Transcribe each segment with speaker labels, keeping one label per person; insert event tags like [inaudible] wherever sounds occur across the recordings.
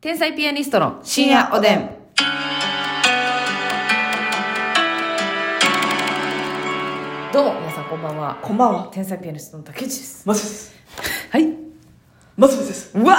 Speaker 1: 天才ピアニストの深夜おでん。どうも皆さんこんばんは。
Speaker 2: こんばんは。
Speaker 1: 天才ピアニストの竹内です。
Speaker 2: マスです。
Speaker 1: はい。
Speaker 2: マスです。
Speaker 1: うわ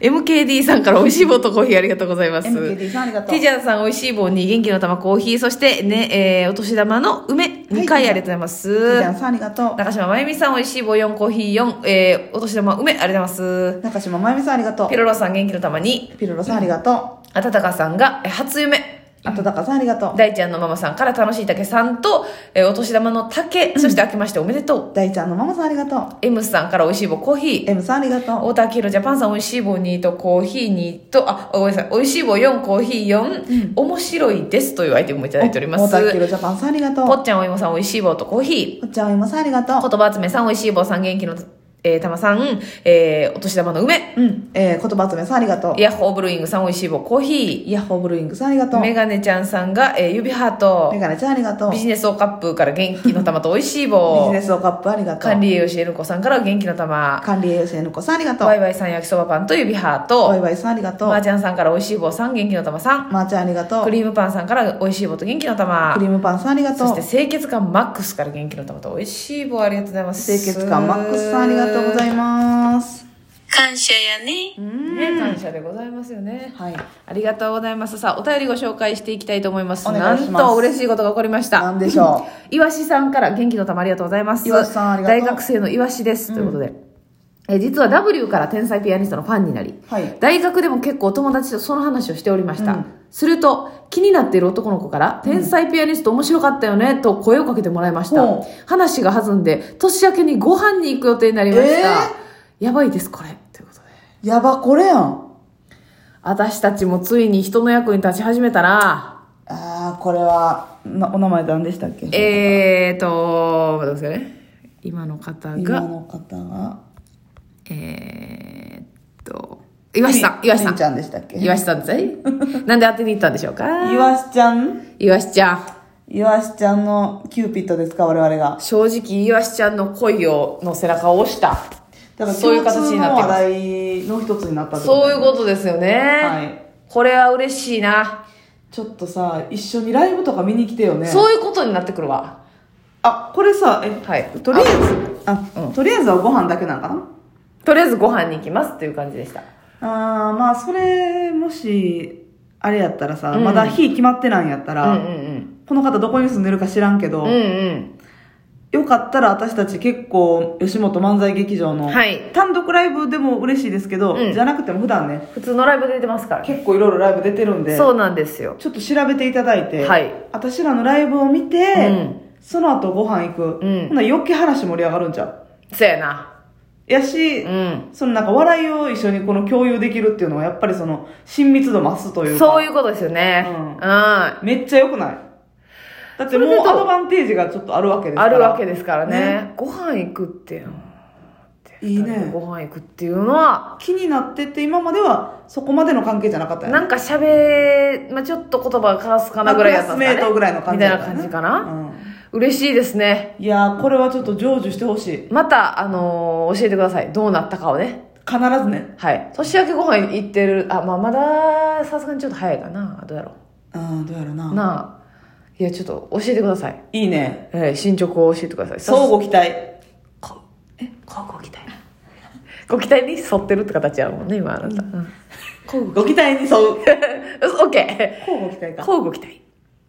Speaker 1: MKD さんから美味しい棒とコーヒーありがとうございます。
Speaker 2: MKD さんありがとう
Speaker 1: ティジャーさん美味しい棒に元気の玉コーヒー、そしてね、えー、お年玉の梅2回ありがとうございます。
Speaker 2: じゃんさんありがとう。
Speaker 1: 中島まゆみさん美味しい棒4コーヒー4、えー、お年玉梅ありがとうございます。
Speaker 2: 中島まゆみさんありがと
Speaker 1: ピロロさん元気の玉に、
Speaker 2: う。ピロロさんありがと
Speaker 1: あたたかさんがえー初夢。
Speaker 2: う。あとだかさんありがと
Speaker 1: 大ちゃんのママさんから楽しい竹さんと、えーお年玉の竹、そして明けましておめでとう。
Speaker 2: う。大ちゃんのママさんありがとう。
Speaker 1: M さんから美味しい棒コーヒー。
Speaker 2: M さんありがと
Speaker 1: 太田明宏ジャパンさん美味しい棒2とコーヒー2と、あ、ごめんなさい、美味しい棒4、コーヒー4、面白いですというアイテムもいた
Speaker 2: う。
Speaker 1: だいております。
Speaker 2: 大田キロジャパンさんありがとう。
Speaker 1: ぽ
Speaker 2: お
Speaker 1: っちゃんおいもさん美味しい棒とコーヒ
Speaker 2: っちゃんおいもさんありがと
Speaker 1: ー。言葉集めさん美味しい棒さん元気の、えー、玉さん、えー、お年玉の梅。
Speaker 2: う。うん。えー、言葉集めさんありがとう。
Speaker 1: ヤッホーブルーイングさん美味しい棒コーヒ
Speaker 2: イヤッホーブルーイングさんありがと
Speaker 1: ー。
Speaker 2: う。
Speaker 1: メ
Speaker 2: メ
Speaker 1: ガネちゃんさんが、えー、指ハート。
Speaker 2: ガネちゃんありがとう。
Speaker 1: ビ
Speaker 2: ビ
Speaker 1: ジネスオーカップから元気の玉と美味しい棒
Speaker 2: ジ。ネスオカップありがとう。
Speaker 1: 管理栄養士えぬこさんから元気の玉。
Speaker 2: 管理栄養士えぬこさんありがと
Speaker 1: ワイ
Speaker 2: う。
Speaker 1: ワイさん焼きそばパンと指ハー
Speaker 2: おい
Speaker 1: ト。
Speaker 2: わいさんありがとう
Speaker 1: マ。ーちゃんさんから美味しい棒さん、元気の玉さん。
Speaker 2: まーちゃんありがとう。
Speaker 1: ク
Speaker 2: ク
Speaker 1: リームパンさんから美味しい棒と元気の玉。
Speaker 2: リームパンさんありがと
Speaker 1: そうして。清潔感マックスから元気の玉と美味しい棒ありがとうございます。
Speaker 2: 清潔感マックスさんありがとうございます。
Speaker 3: 感謝やね。
Speaker 2: うん。
Speaker 1: ね、感謝でございますよね。
Speaker 2: はい。
Speaker 1: ありがとうございます。さあ、お便りご紹介していきたいと思います。
Speaker 2: お願いします
Speaker 1: なんと嬉しいことが起こりました。
Speaker 2: なんでしょ
Speaker 1: [laughs]
Speaker 2: う。
Speaker 1: いわしさんから元気の玉ありがとうございます。
Speaker 2: いわしさんありがとう
Speaker 1: 大学生のいわしです。ということで。え実は W から天才ピアニストのファンになり、
Speaker 2: はい
Speaker 1: 大学でも結構お友達とその話をしておりました。
Speaker 2: うん
Speaker 1: すると、気になっている男の子から、天才ピアニスト面白かったよね、と声をかけてもらいました。
Speaker 2: ほ
Speaker 1: 話が弾んで、年明けにご飯に行く予定になりました。
Speaker 2: え
Speaker 1: やばいです、これ。ということで。
Speaker 2: やば、これやん。
Speaker 1: 私たちもついに人の役に立ち始めたな。
Speaker 2: ああ、これは、なお名前何でしたっけ
Speaker 1: えーと、待ってくださいね。今の方
Speaker 2: 今
Speaker 1: が、
Speaker 2: の方が、
Speaker 1: えーっと、岩下さん、岩下さ
Speaker 2: りち
Speaker 1: ん。
Speaker 2: ゃんでしたっけ
Speaker 1: 岩下さんです
Speaker 2: [laughs]
Speaker 1: ね。なんで当てに行ったんでしょうか
Speaker 2: 岩しちゃん
Speaker 1: 岩下ちゃん。
Speaker 2: 岩しちゃんのキューピッドですか我々が。
Speaker 1: 正直、岩下ちゃんの恋を、の背中を押した。
Speaker 2: だから
Speaker 1: そういう形になってます
Speaker 2: 共通の話題の一つになったってこと
Speaker 1: そういう
Speaker 2: こ
Speaker 1: ことですよね。
Speaker 2: はい
Speaker 1: これは嬉しいな、
Speaker 2: ちょっとさ、一緒にライブとか見に来てよね。
Speaker 1: そういうことになってくるわ。
Speaker 2: あ、これさ、え、
Speaker 1: はい。
Speaker 2: とりあえず
Speaker 1: あ、
Speaker 2: あ、
Speaker 1: うん
Speaker 2: とりあえずはご飯だけなのかな
Speaker 1: とりあえずご飯に行きますっていう感じでした。
Speaker 2: あーまあ、それ、もし、あれやったらさ、
Speaker 1: うん
Speaker 2: まだ日決まってないんやった
Speaker 1: うんう
Speaker 2: ら、
Speaker 1: ん
Speaker 2: この方どこに住んでるか知らんけど、
Speaker 1: うん。うんうん。
Speaker 2: よかったら私たち結構吉本漫才劇場の、
Speaker 1: はい
Speaker 2: 単独ライブでも嬉しいですけど、
Speaker 1: うん
Speaker 2: じゃなくても普段ね
Speaker 1: 普通のライブで出てますからね。
Speaker 2: 結構いろいろライブ出てるんで
Speaker 1: そうなんですよ。
Speaker 2: ちょっと調べていただいて、
Speaker 1: はい
Speaker 2: 私らのライブを見て、
Speaker 1: うん
Speaker 2: その後ご飯行く、
Speaker 1: うん
Speaker 2: ほな余計話盛り上がるんちゃう
Speaker 1: そうやな。
Speaker 2: やし、
Speaker 1: うん。
Speaker 2: そのなんか笑いを一緒にこの共有できるっていうのはやっぱりその親密度増すというか
Speaker 1: そういうことですよね。
Speaker 2: う
Speaker 1: うんん。
Speaker 2: めっちゃ良くないだってもう
Speaker 1: それでどう
Speaker 2: アドバンテージがちょっとあるわけですから
Speaker 1: あるわけですからね。ご飯行くっていうの。
Speaker 2: いいね
Speaker 1: 二人でご飯行くっていうのは、
Speaker 2: 気になってて今まではそこまでの関係じゃなかったよね
Speaker 1: なんか喋、まあちょっと言葉がかわすかなぐらいやったんですか、ね。
Speaker 2: クラスメートぐらいの感じ
Speaker 1: みた
Speaker 2: だ
Speaker 1: いな
Speaker 2: ったね
Speaker 1: 感じかな。
Speaker 2: う
Speaker 1: 嬉しいですね。
Speaker 2: んいやーこれはちょっと成就してほしい必
Speaker 1: また、あのー教えてください。どうなったかをね。
Speaker 2: ずね
Speaker 1: はい。年明けご飯行ってる、あ、まあまだ、さすがにちょっと早いかな。どうやろ
Speaker 2: うんどうやろう
Speaker 1: う。
Speaker 2: な
Speaker 1: なあ。いや、ちょっと教えてください。
Speaker 2: いいね
Speaker 1: えー進捗を教えてください。
Speaker 2: 相互期待
Speaker 1: こえこうご期待ご期待に沿ってるって形やもんね今あなた、うん、こう
Speaker 2: ご期待に沿う
Speaker 1: オッケ
Speaker 2: 交互期待
Speaker 1: ー
Speaker 2: か
Speaker 1: こうご期待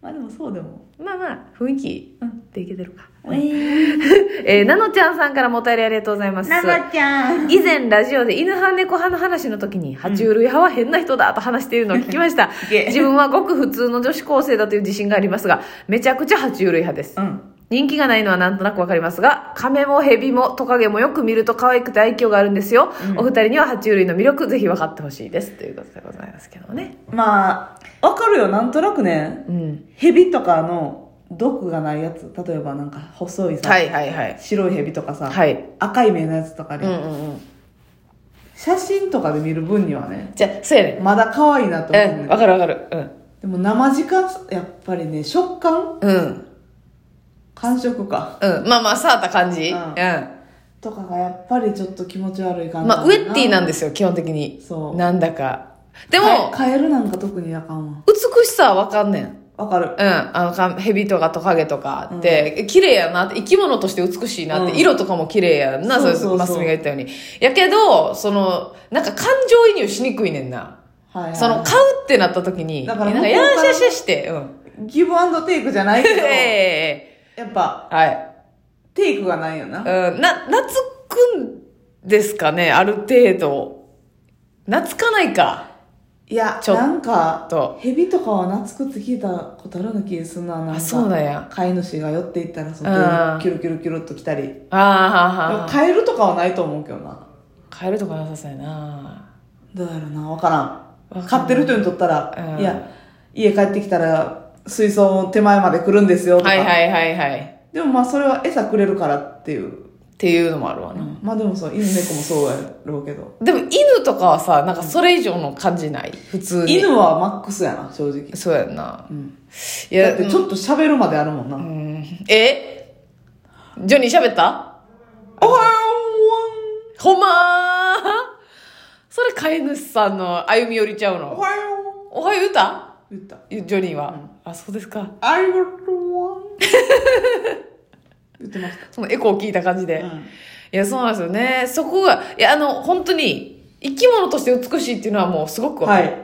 Speaker 2: まあでもそうでも
Speaker 1: まあまあ雰囲気
Speaker 2: うん
Speaker 1: でいけてるか、
Speaker 2: な
Speaker 1: えー、なのちゃんさんからもお便りありがとうございます
Speaker 2: ちゃん
Speaker 1: 以前ラジオで犬派猫派の話の時に爬虫類派は変な人だと話しているのを聞きました
Speaker 2: いけ
Speaker 1: 自分はごく普通の女子高生だという自信がありますがめちゃくちゃ爬虫類派です
Speaker 2: うん
Speaker 1: 人気がないのはなんとなくわかりますが、カメもヘビもトカゲもよく見ると可愛くて愛嬌があるんですよ。お二人には爬虫類の魅力ぜひ分かってほしいです。ということでございますけどね。
Speaker 2: まあわかるよなんとなくね
Speaker 1: うん。
Speaker 2: ヘビとかの毒がないやつ例えばなんか細いさ、
Speaker 1: はいはいはい。
Speaker 2: 白いヘビとかさ、
Speaker 1: はい。
Speaker 2: 赤い目のやつとか
Speaker 1: う
Speaker 2: ね、
Speaker 1: んうんうん。
Speaker 2: 写真とかで見る分にはね
Speaker 1: じゃあ、そうやね。
Speaker 2: まだ可愛いなと思うね
Speaker 1: うん。わかるわかる。
Speaker 2: でも生地かやっぱりね食
Speaker 1: うん。
Speaker 2: 感
Speaker 1: うん。
Speaker 2: 感触か
Speaker 1: うん。まあまあ、触った感じ。
Speaker 2: う
Speaker 1: うんん。
Speaker 2: とかがやっぱりちょっと気持ち悪い感じ
Speaker 1: まあ、ウェッティなんで
Speaker 2: で
Speaker 1: すよ、基本的に。
Speaker 2: そう
Speaker 1: なんだか。でも、
Speaker 2: カエルなんか特にあかんわ。
Speaker 1: 美しさはわかんねん。
Speaker 2: わかる。
Speaker 1: うん。あのか、蛇とかトカゲとかって、綺麗やなって、生き物として美しいなって、
Speaker 2: うん
Speaker 1: 色とかも綺麗やんな、
Speaker 2: そうそうそう
Speaker 1: れマスミが言ったように。やけど、その、なんか感情移入しにくいねんな。
Speaker 2: はいはい
Speaker 1: その、買うってなった時に、な
Speaker 2: だ
Speaker 1: ん
Speaker 2: か
Speaker 1: からやんしゃしゃして、うん。
Speaker 2: ギブアンドテイクじゃない
Speaker 1: [laughs]
Speaker 2: けど、
Speaker 1: え
Speaker 2: やっぱ、
Speaker 1: えはい。
Speaker 2: テイクがないよな。
Speaker 1: うん、な、懐くんですかね、ある程度。懐かないか。
Speaker 2: いや、
Speaker 1: ちょっと
Speaker 2: なんか
Speaker 1: と、
Speaker 2: 蛇とかは懐くって聞いたことあるような気がするな、なん
Speaker 1: あ、
Speaker 2: か。
Speaker 1: そうなんや。
Speaker 2: 飼い主が寄っていったら、そ
Speaker 1: うん
Speaker 2: の、キュルキュルキュルっと来たり。で
Speaker 1: ああ、は
Speaker 2: も
Speaker 1: あ、はあ。
Speaker 2: カエルとかはないと思うけどな。
Speaker 1: 買えるとかなさそうやな。
Speaker 2: どうやろうな、わか
Speaker 1: かららん
Speaker 2: ん。飼ってる人にとったら
Speaker 1: う、ん
Speaker 2: いや、家帰ってきたら、水槽手前まで来るんですよとか。
Speaker 1: はいはいはいはい。
Speaker 2: でもまあ、それは餌くれるからっていう。
Speaker 1: っていうのもあるわな。
Speaker 2: まあでもそう、犬猫もそうやろうけど。
Speaker 1: でも犬とかはさ、なんかそれ以上の感じない普通に。
Speaker 2: 犬はマックスやな、正直。
Speaker 1: そうやんな。
Speaker 2: うん
Speaker 1: い
Speaker 2: だ
Speaker 1: や、
Speaker 2: ってちょっと喋るまであるもんな。
Speaker 1: うんえジョニー喋った
Speaker 2: おはよ
Speaker 1: ほんまーそれ飼い主さんの歩み寄りちゃう
Speaker 2: うお
Speaker 1: の。
Speaker 2: はよ
Speaker 1: おはよう言うた
Speaker 2: う言った。
Speaker 1: ジョニーは。あ、そうですか。
Speaker 2: ありがと
Speaker 1: [laughs]
Speaker 2: う言ってました。
Speaker 1: そのエコーを聞いた感じで。
Speaker 2: う
Speaker 1: い
Speaker 2: ん
Speaker 1: や、そうなんですよね。そこが、いや、あの、本当に、生き物として美しいっていうのはもうすごくわかる。
Speaker 2: はい
Speaker 1: うん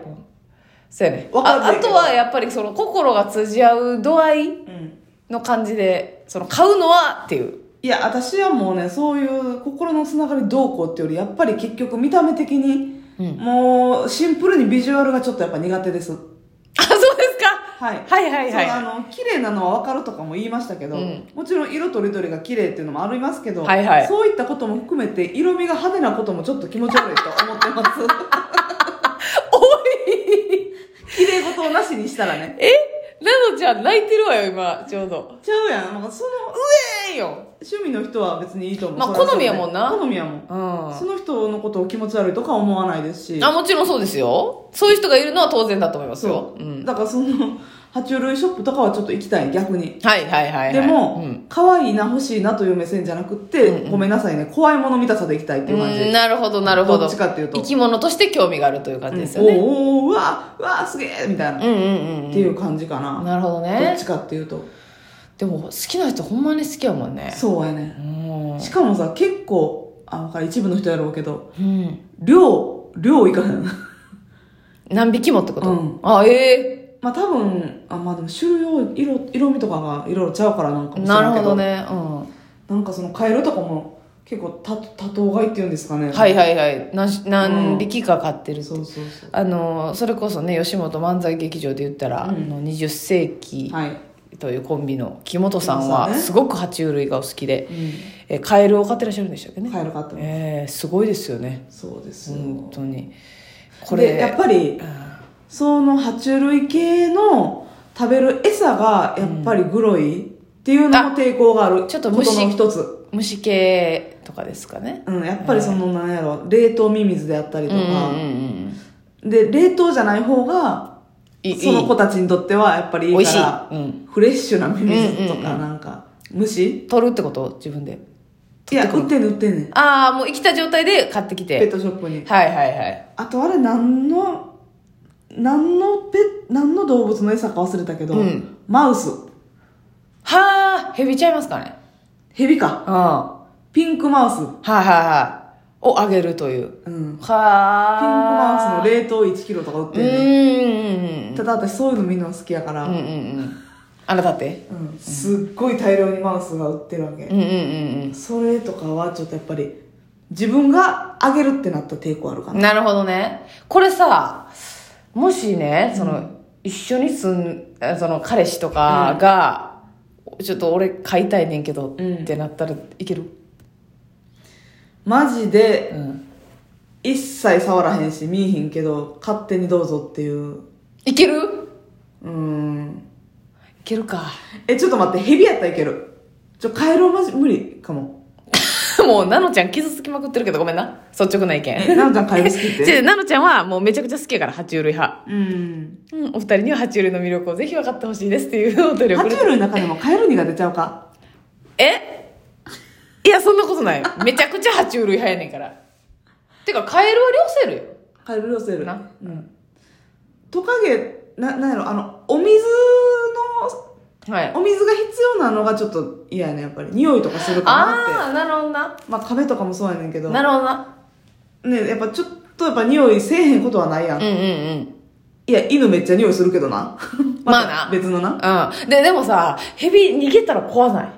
Speaker 1: そうやね。
Speaker 2: わかん
Speaker 1: あ
Speaker 2: な
Speaker 1: あ
Speaker 2: いけど
Speaker 1: とはやっぱりその心が通じ合う度合い。
Speaker 2: うん
Speaker 1: の感じで、その買うのはっていう。
Speaker 2: いや、私はもうね、そういう心のつながりどうこうっていうより、やっぱり結局見た目的に、
Speaker 1: うん
Speaker 2: もうシンプルにビジュアルがちょっとやっぱ苦手です。
Speaker 1: あ、そうですか
Speaker 2: はい。
Speaker 1: はいはいはい
Speaker 2: そのあの、綺麗なのは分かるとかも言いましたけど、
Speaker 1: うん
Speaker 2: もちろん色とりどりが綺麗っていうのもありますけど、
Speaker 1: はいはい
Speaker 2: そういったことも含めて、色味が派手なこともちょっと気持ち悪いと思ってます。綺麗事をなしにしたらね。
Speaker 1: えなのちゃん泣いてるわよ、今、ちょうど。
Speaker 2: ちゃうやん。まあ、その、
Speaker 1: ええよ。
Speaker 2: 趣味の人は別にいいと思う。
Speaker 1: まあ
Speaker 2: それはそれで
Speaker 1: 好みやもんな
Speaker 2: 好みやもん。
Speaker 1: うん。あ
Speaker 2: そ、の人のことを気持ち悪いとかは思わないですし。
Speaker 1: もちろんそうですよ。そういう人がいるのは当然だと思いますよう
Speaker 2: そ。う、
Speaker 1: ん。
Speaker 2: だからその、爬虫類ショップとかはちょっと行きたい、逆に。
Speaker 1: はいはいはい、はい。
Speaker 2: でも、
Speaker 1: うん。
Speaker 2: 可愛いな、欲しいなという目線じゃなくって、
Speaker 1: うんうん
Speaker 2: ごめんなさいね、怖いもの見たさで行きたいっていう感じ。
Speaker 1: うんなるほど、なるほど。
Speaker 2: どっちかっていうと
Speaker 1: 生き物として興味があるという感じですよ
Speaker 2: うん
Speaker 1: ね。
Speaker 2: おーおーうわうわすげえみたいな、
Speaker 1: う
Speaker 2: っ
Speaker 1: んうんうん。
Speaker 2: ていう感じかな、
Speaker 1: なるほど
Speaker 2: どっ
Speaker 1: ね
Speaker 2: ち。かっていうと
Speaker 1: でも、好きな人ほんまに好きやもんね。
Speaker 2: そうやね
Speaker 1: うん。
Speaker 2: しかもさ結構あわかる一部の人やろうけど
Speaker 1: うん。
Speaker 2: 量量いかへん [laughs]
Speaker 1: 何匹もってこと、
Speaker 2: うん
Speaker 1: あ、え
Speaker 2: まあ多分あまあでも種類を色色味とかがいろいろちゃうからなんか
Speaker 1: え
Speaker 2: もしれ
Speaker 1: なる
Speaker 2: んけ
Speaker 1: ほどね。うん。
Speaker 2: なんかそのカエルとかも結構た多頭飼いっていうんですかね
Speaker 1: はい
Speaker 2: い
Speaker 1: はいはい何し
Speaker 2: う
Speaker 1: 何
Speaker 2: ん
Speaker 1: 匹か飼ってるって、
Speaker 2: そうそうそう
Speaker 1: あのそれこそね吉本漫才劇場で言ったら、
Speaker 2: うん
Speaker 1: あの20世紀
Speaker 2: はい、
Speaker 1: というコンビの木本さん
Speaker 2: 木本さん
Speaker 1: は
Speaker 2: ね
Speaker 1: すごく爬虫類がお好きで、
Speaker 2: う
Speaker 1: えカエルを飼ってらっしゃるんでしたっけ
Speaker 2: ん、
Speaker 1: ね、
Speaker 2: カエル飼ってます、
Speaker 1: えーすごいですよね
Speaker 2: そうですよ、
Speaker 1: 本当にこ
Speaker 2: これ
Speaker 1: れ
Speaker 2: やっぱりその爬虫類系の食べる餌がやっぱりグロいっていうのも抵抗がある、
Speaker 1: あちょっと虫
Speaker 2: ことの一つ、
Speaker 1: うん虫系とかですかね
Speaker 2: うん、やっぱりそのなんやろ冷凍ミミズであったり
Speaker 1: うん
Speaker 2: と
Speaker 1: うんう
Speaker 2: か、
Speaker 1: ん
Speaker 2: で冷凍じゃない方が
Speaker 1: いい
Speaker 2: その子たちにとってはやっぱりい
Speaker 1: 美
Speaker 2: い
Speaker 1: 味
Speaker 2: か
Speaker 1: しい、
Speaker 2: ら
Speaker 1: うん、
Speaker 2: フレッシュなミミズと
Speaker 1: うんうんう
Speaker 2: か
Speaker 1: ん
Speaker 2: なんか、虫
Speaker 1: 取るってこと自分で
Speaker 2: いや売ってんねん売ってんねん
Speaker 1: ああもう生きた状態で買ってき
Speaker 2: ペッ
Speaker 1: て
Speaker 2: トショップに
Speaker 1: はいはいはい
Speaker 2: あとあれ何の何のペ何の動物の餌か忘れたけど、
Speaker 1: うん
Speaker 2: マウス
Speaker 1: はあヘビちゃいますかね
Speaker 2: ヘビか
Speaker 1: うん。は
Speaker 2: ピンクマウス
Speaker 1: いはいはい。をあげるという。
Speaker 2: うん。ピンクマ
Speaker 1: はあ。
Speaker 2: ウスの冷凍1キロとか売ってる、ね
Speaker 1: うーん。
Speaker 2: ただ私そういうの見るの好きやから、
Speaker 1: うんうんうん。あなたって
Speaker 2: うんすっごい大量にマウスが売ってるわけ、
Speaker 1: うんうんうん
Speaker 2: それとかはちょっとやっぱり自分があげるってなったら抵抗あるか
Speaker 1: うん。
Speaker 2: な、
Speaker 1: なるほどね。これさ、もしね、その、一緒に住ん、あその彼氏とかが、ちょっと俺買いたいねんけど、
Speaker 2: うん
Speaker 1: ってなったらいける
Speaker 2: マジで
Speaker 1: うん。
Speaker 2: 一切触らへんし見えへんけど勝手にどうぞっていう
Speaker 1: いける
Speaker 2: うん
Speaker 1: いけるか。
Speaker 2: えちょっと待ってヘビやったらいけるちょカエルはマジ無理かも
Speaker 1: [laughs] もう、なのちゃん傷つきまくってるけどごめんな。率直な意
Speaker 2: え
Speaker 1: 見。
Speaker 2: なんかカエル好きって
Speaker 1: [laughs] じゃあなのちゃんはもうめちゃくちゃ好きやから、爬虫類派。
Speaker 2: うん
Speaker 1: うん、お二人には爬虫類の魅力をぜひ分かってほしいですっていうお便りを
Speaker 2: 爬
Speaker 1: くれ
Speaker 2: 虫
Speaker 1: て
Speaker 2: 類の中でもカエルにが出ちゃうか
Speaker 1: えいやそんなことないめちゃくちゃ爬虫類派やねんからてかカエルは両生類よ
Speaker 2: カルロセル。
Speaker 1: な
Speaker 2: うん。トカゲ、な、なんやろ、あの、お水の、
Speaker 1: はい。
Speaker 2: お水が必要なのがちょっと嫌やね、やっぱり。匂いとかするかなって。
Speaker 1: ああ、なるほどな。
Speaker 2: まあ、亀とかもそうやねんけど。
Speaker 1: なるほどな。
Speaker 2: ね、やっぱちょっとやっぱ匂いせえへんことはないやん。
Speaker 1: うんうんうん。
Speaker 2: いや、犬めっちゃ匂いするけどな。 [laughs]
Speaker 1: まあな
Speaker 2: た別のな。
Speaker 1: うん。で、でもさ、ヘビ逃げたら怖ない。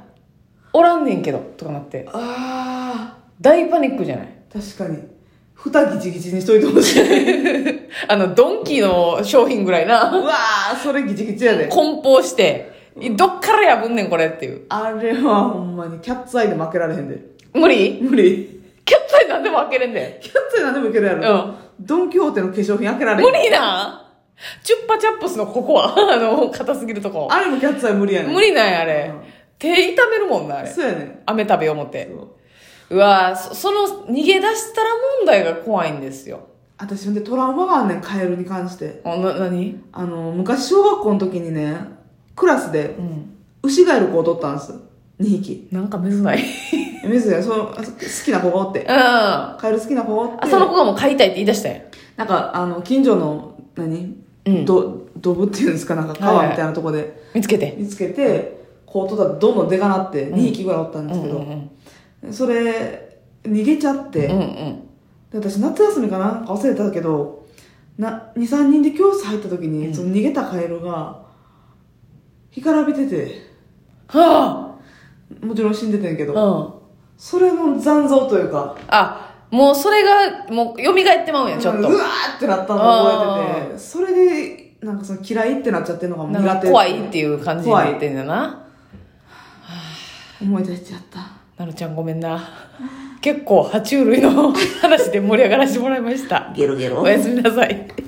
Speaker 1: おらんねんけど、とかなって。
Speaker 2: あ
Speaker 1: 大パニックじゃない
Speaker 2: ー、確かに。蓋ギチギチにしといてほ
Speaker 1: [laughs]
Speaker 2: しい。
Speaker 1: あの、ドンキの商品ぐらいうな。
Speaker 2: わー、それギチギチやで。
Speaker 1: 梱包して、どっから破んねんこれっていう。
Speaker 2: あれはほんまにキャッツアイで負けられへんで。
Speaker 1: 無理
Speaker 2: 無理。
Speaker 1: キャッツアイなんでも開けれんね
Speaker 2: キャッツアイなんでもいけるやろ。
Speaker 1: うん
Speaker 2: ドンキホーテの化粧品開けら
Speaker 1: ん。
Speaker 2: れへ
Speaker 1: 無
Speaker 2: ん。
Speaker 1: 理なチュッパチャップスのここは、 [laughs] あの、硬すぎるとこ。
Speaker 2: あれもキャッツアイ無理やねん。
Speaker 1: 無理なんや、あれ
Speaker 2: うん。
Speaker 1: 手痛めるもんな、あれ。
Speaker 2: そうやねん。
Speaker 1: 飴食べ思って。
Speaker 2: そう
Speaker 1: うわーそその逃げ出したら問題が怖いんですよ。
Speaker 2: 私ほんでトラウマがあんねん、カエルに関して。
Speaker 1: あな、なに
Speaker 2: あの、昔小学校の時にね、クラスで
Speaker 1: うん。
Speaker 2: 牛ガエル子を取ったんです。2匹。
Speaker 1: なんか珍
Speaker 2: [laughs]
Speaker 1: ない。
Speaker 2: え、珍しい。その、あ好きな子がおって
Speaker 1: うん。。あ、
Speaker 2: カエル好きな子がおって。
Speaker 1: その子がもう飼いたいって言い出したんや。
Speaker 2: なんか、あの、近所の、何
Speaker 1: うん
Speaker 2: ど、ドブっていうんですかなんか
Speaker 1: はいは
Speaker 2: 川
Speaker 1: い
Speaker 2: みたいなとこで
Speaker 1: 見つけて。
Speaker 2: 見つけて、こう取ったらどんどんでかなって、
Speaker 1: ん
Speaker 2: 2匹ぐらいおったん
Speaker 1: うん
Speaker 2: で
Speaker 1: う
Speaker 2: す
Speaker 1: ん
Speaker 2: け
Speaker 1: う
Speaker 2: ど、
Speaker 1: ん。
Speaker 2: それ、逃げちゃって、
Speaker 1: う
Speaker 2: で
Speaker 1: んうん。
Speaker 2: 私夏休みかな忘れたけど、な、2、3人で教室入った時
Speaker 1: う
Speaker 2: に、
Speaker 1: ん
Speaker 2: その逃げたカエルが、干からびてて、
Speaker 1: は
Speaker 2: もちろん死んでてんけ
Speaker 1: あ
Speaker 2: ど、
Speaker 1: うん。
Speaker 2: それの残像というか、
Speaker 1: あ、もうそれが、もう蘇ってまうんや、ちょっと
Speaker 2: う。わーってなったのを覚えてて、それで、なんかその嫌いってなっちゃってるのがもう
Speaker 1: な
Speaker 2: 苦
Speaker 1: んか
Speaker 2: 手。
Speaker 1: 怖いっていう感じになってんだな。
Speaker 2: 思い出しちゃった。
Speaker 1: なるちゃんごめんな。結構、爬虫類の話で盛り上がらせてもらいました。
Speaker 2: ゲロゲ
Speaker 1: おやすみなさい。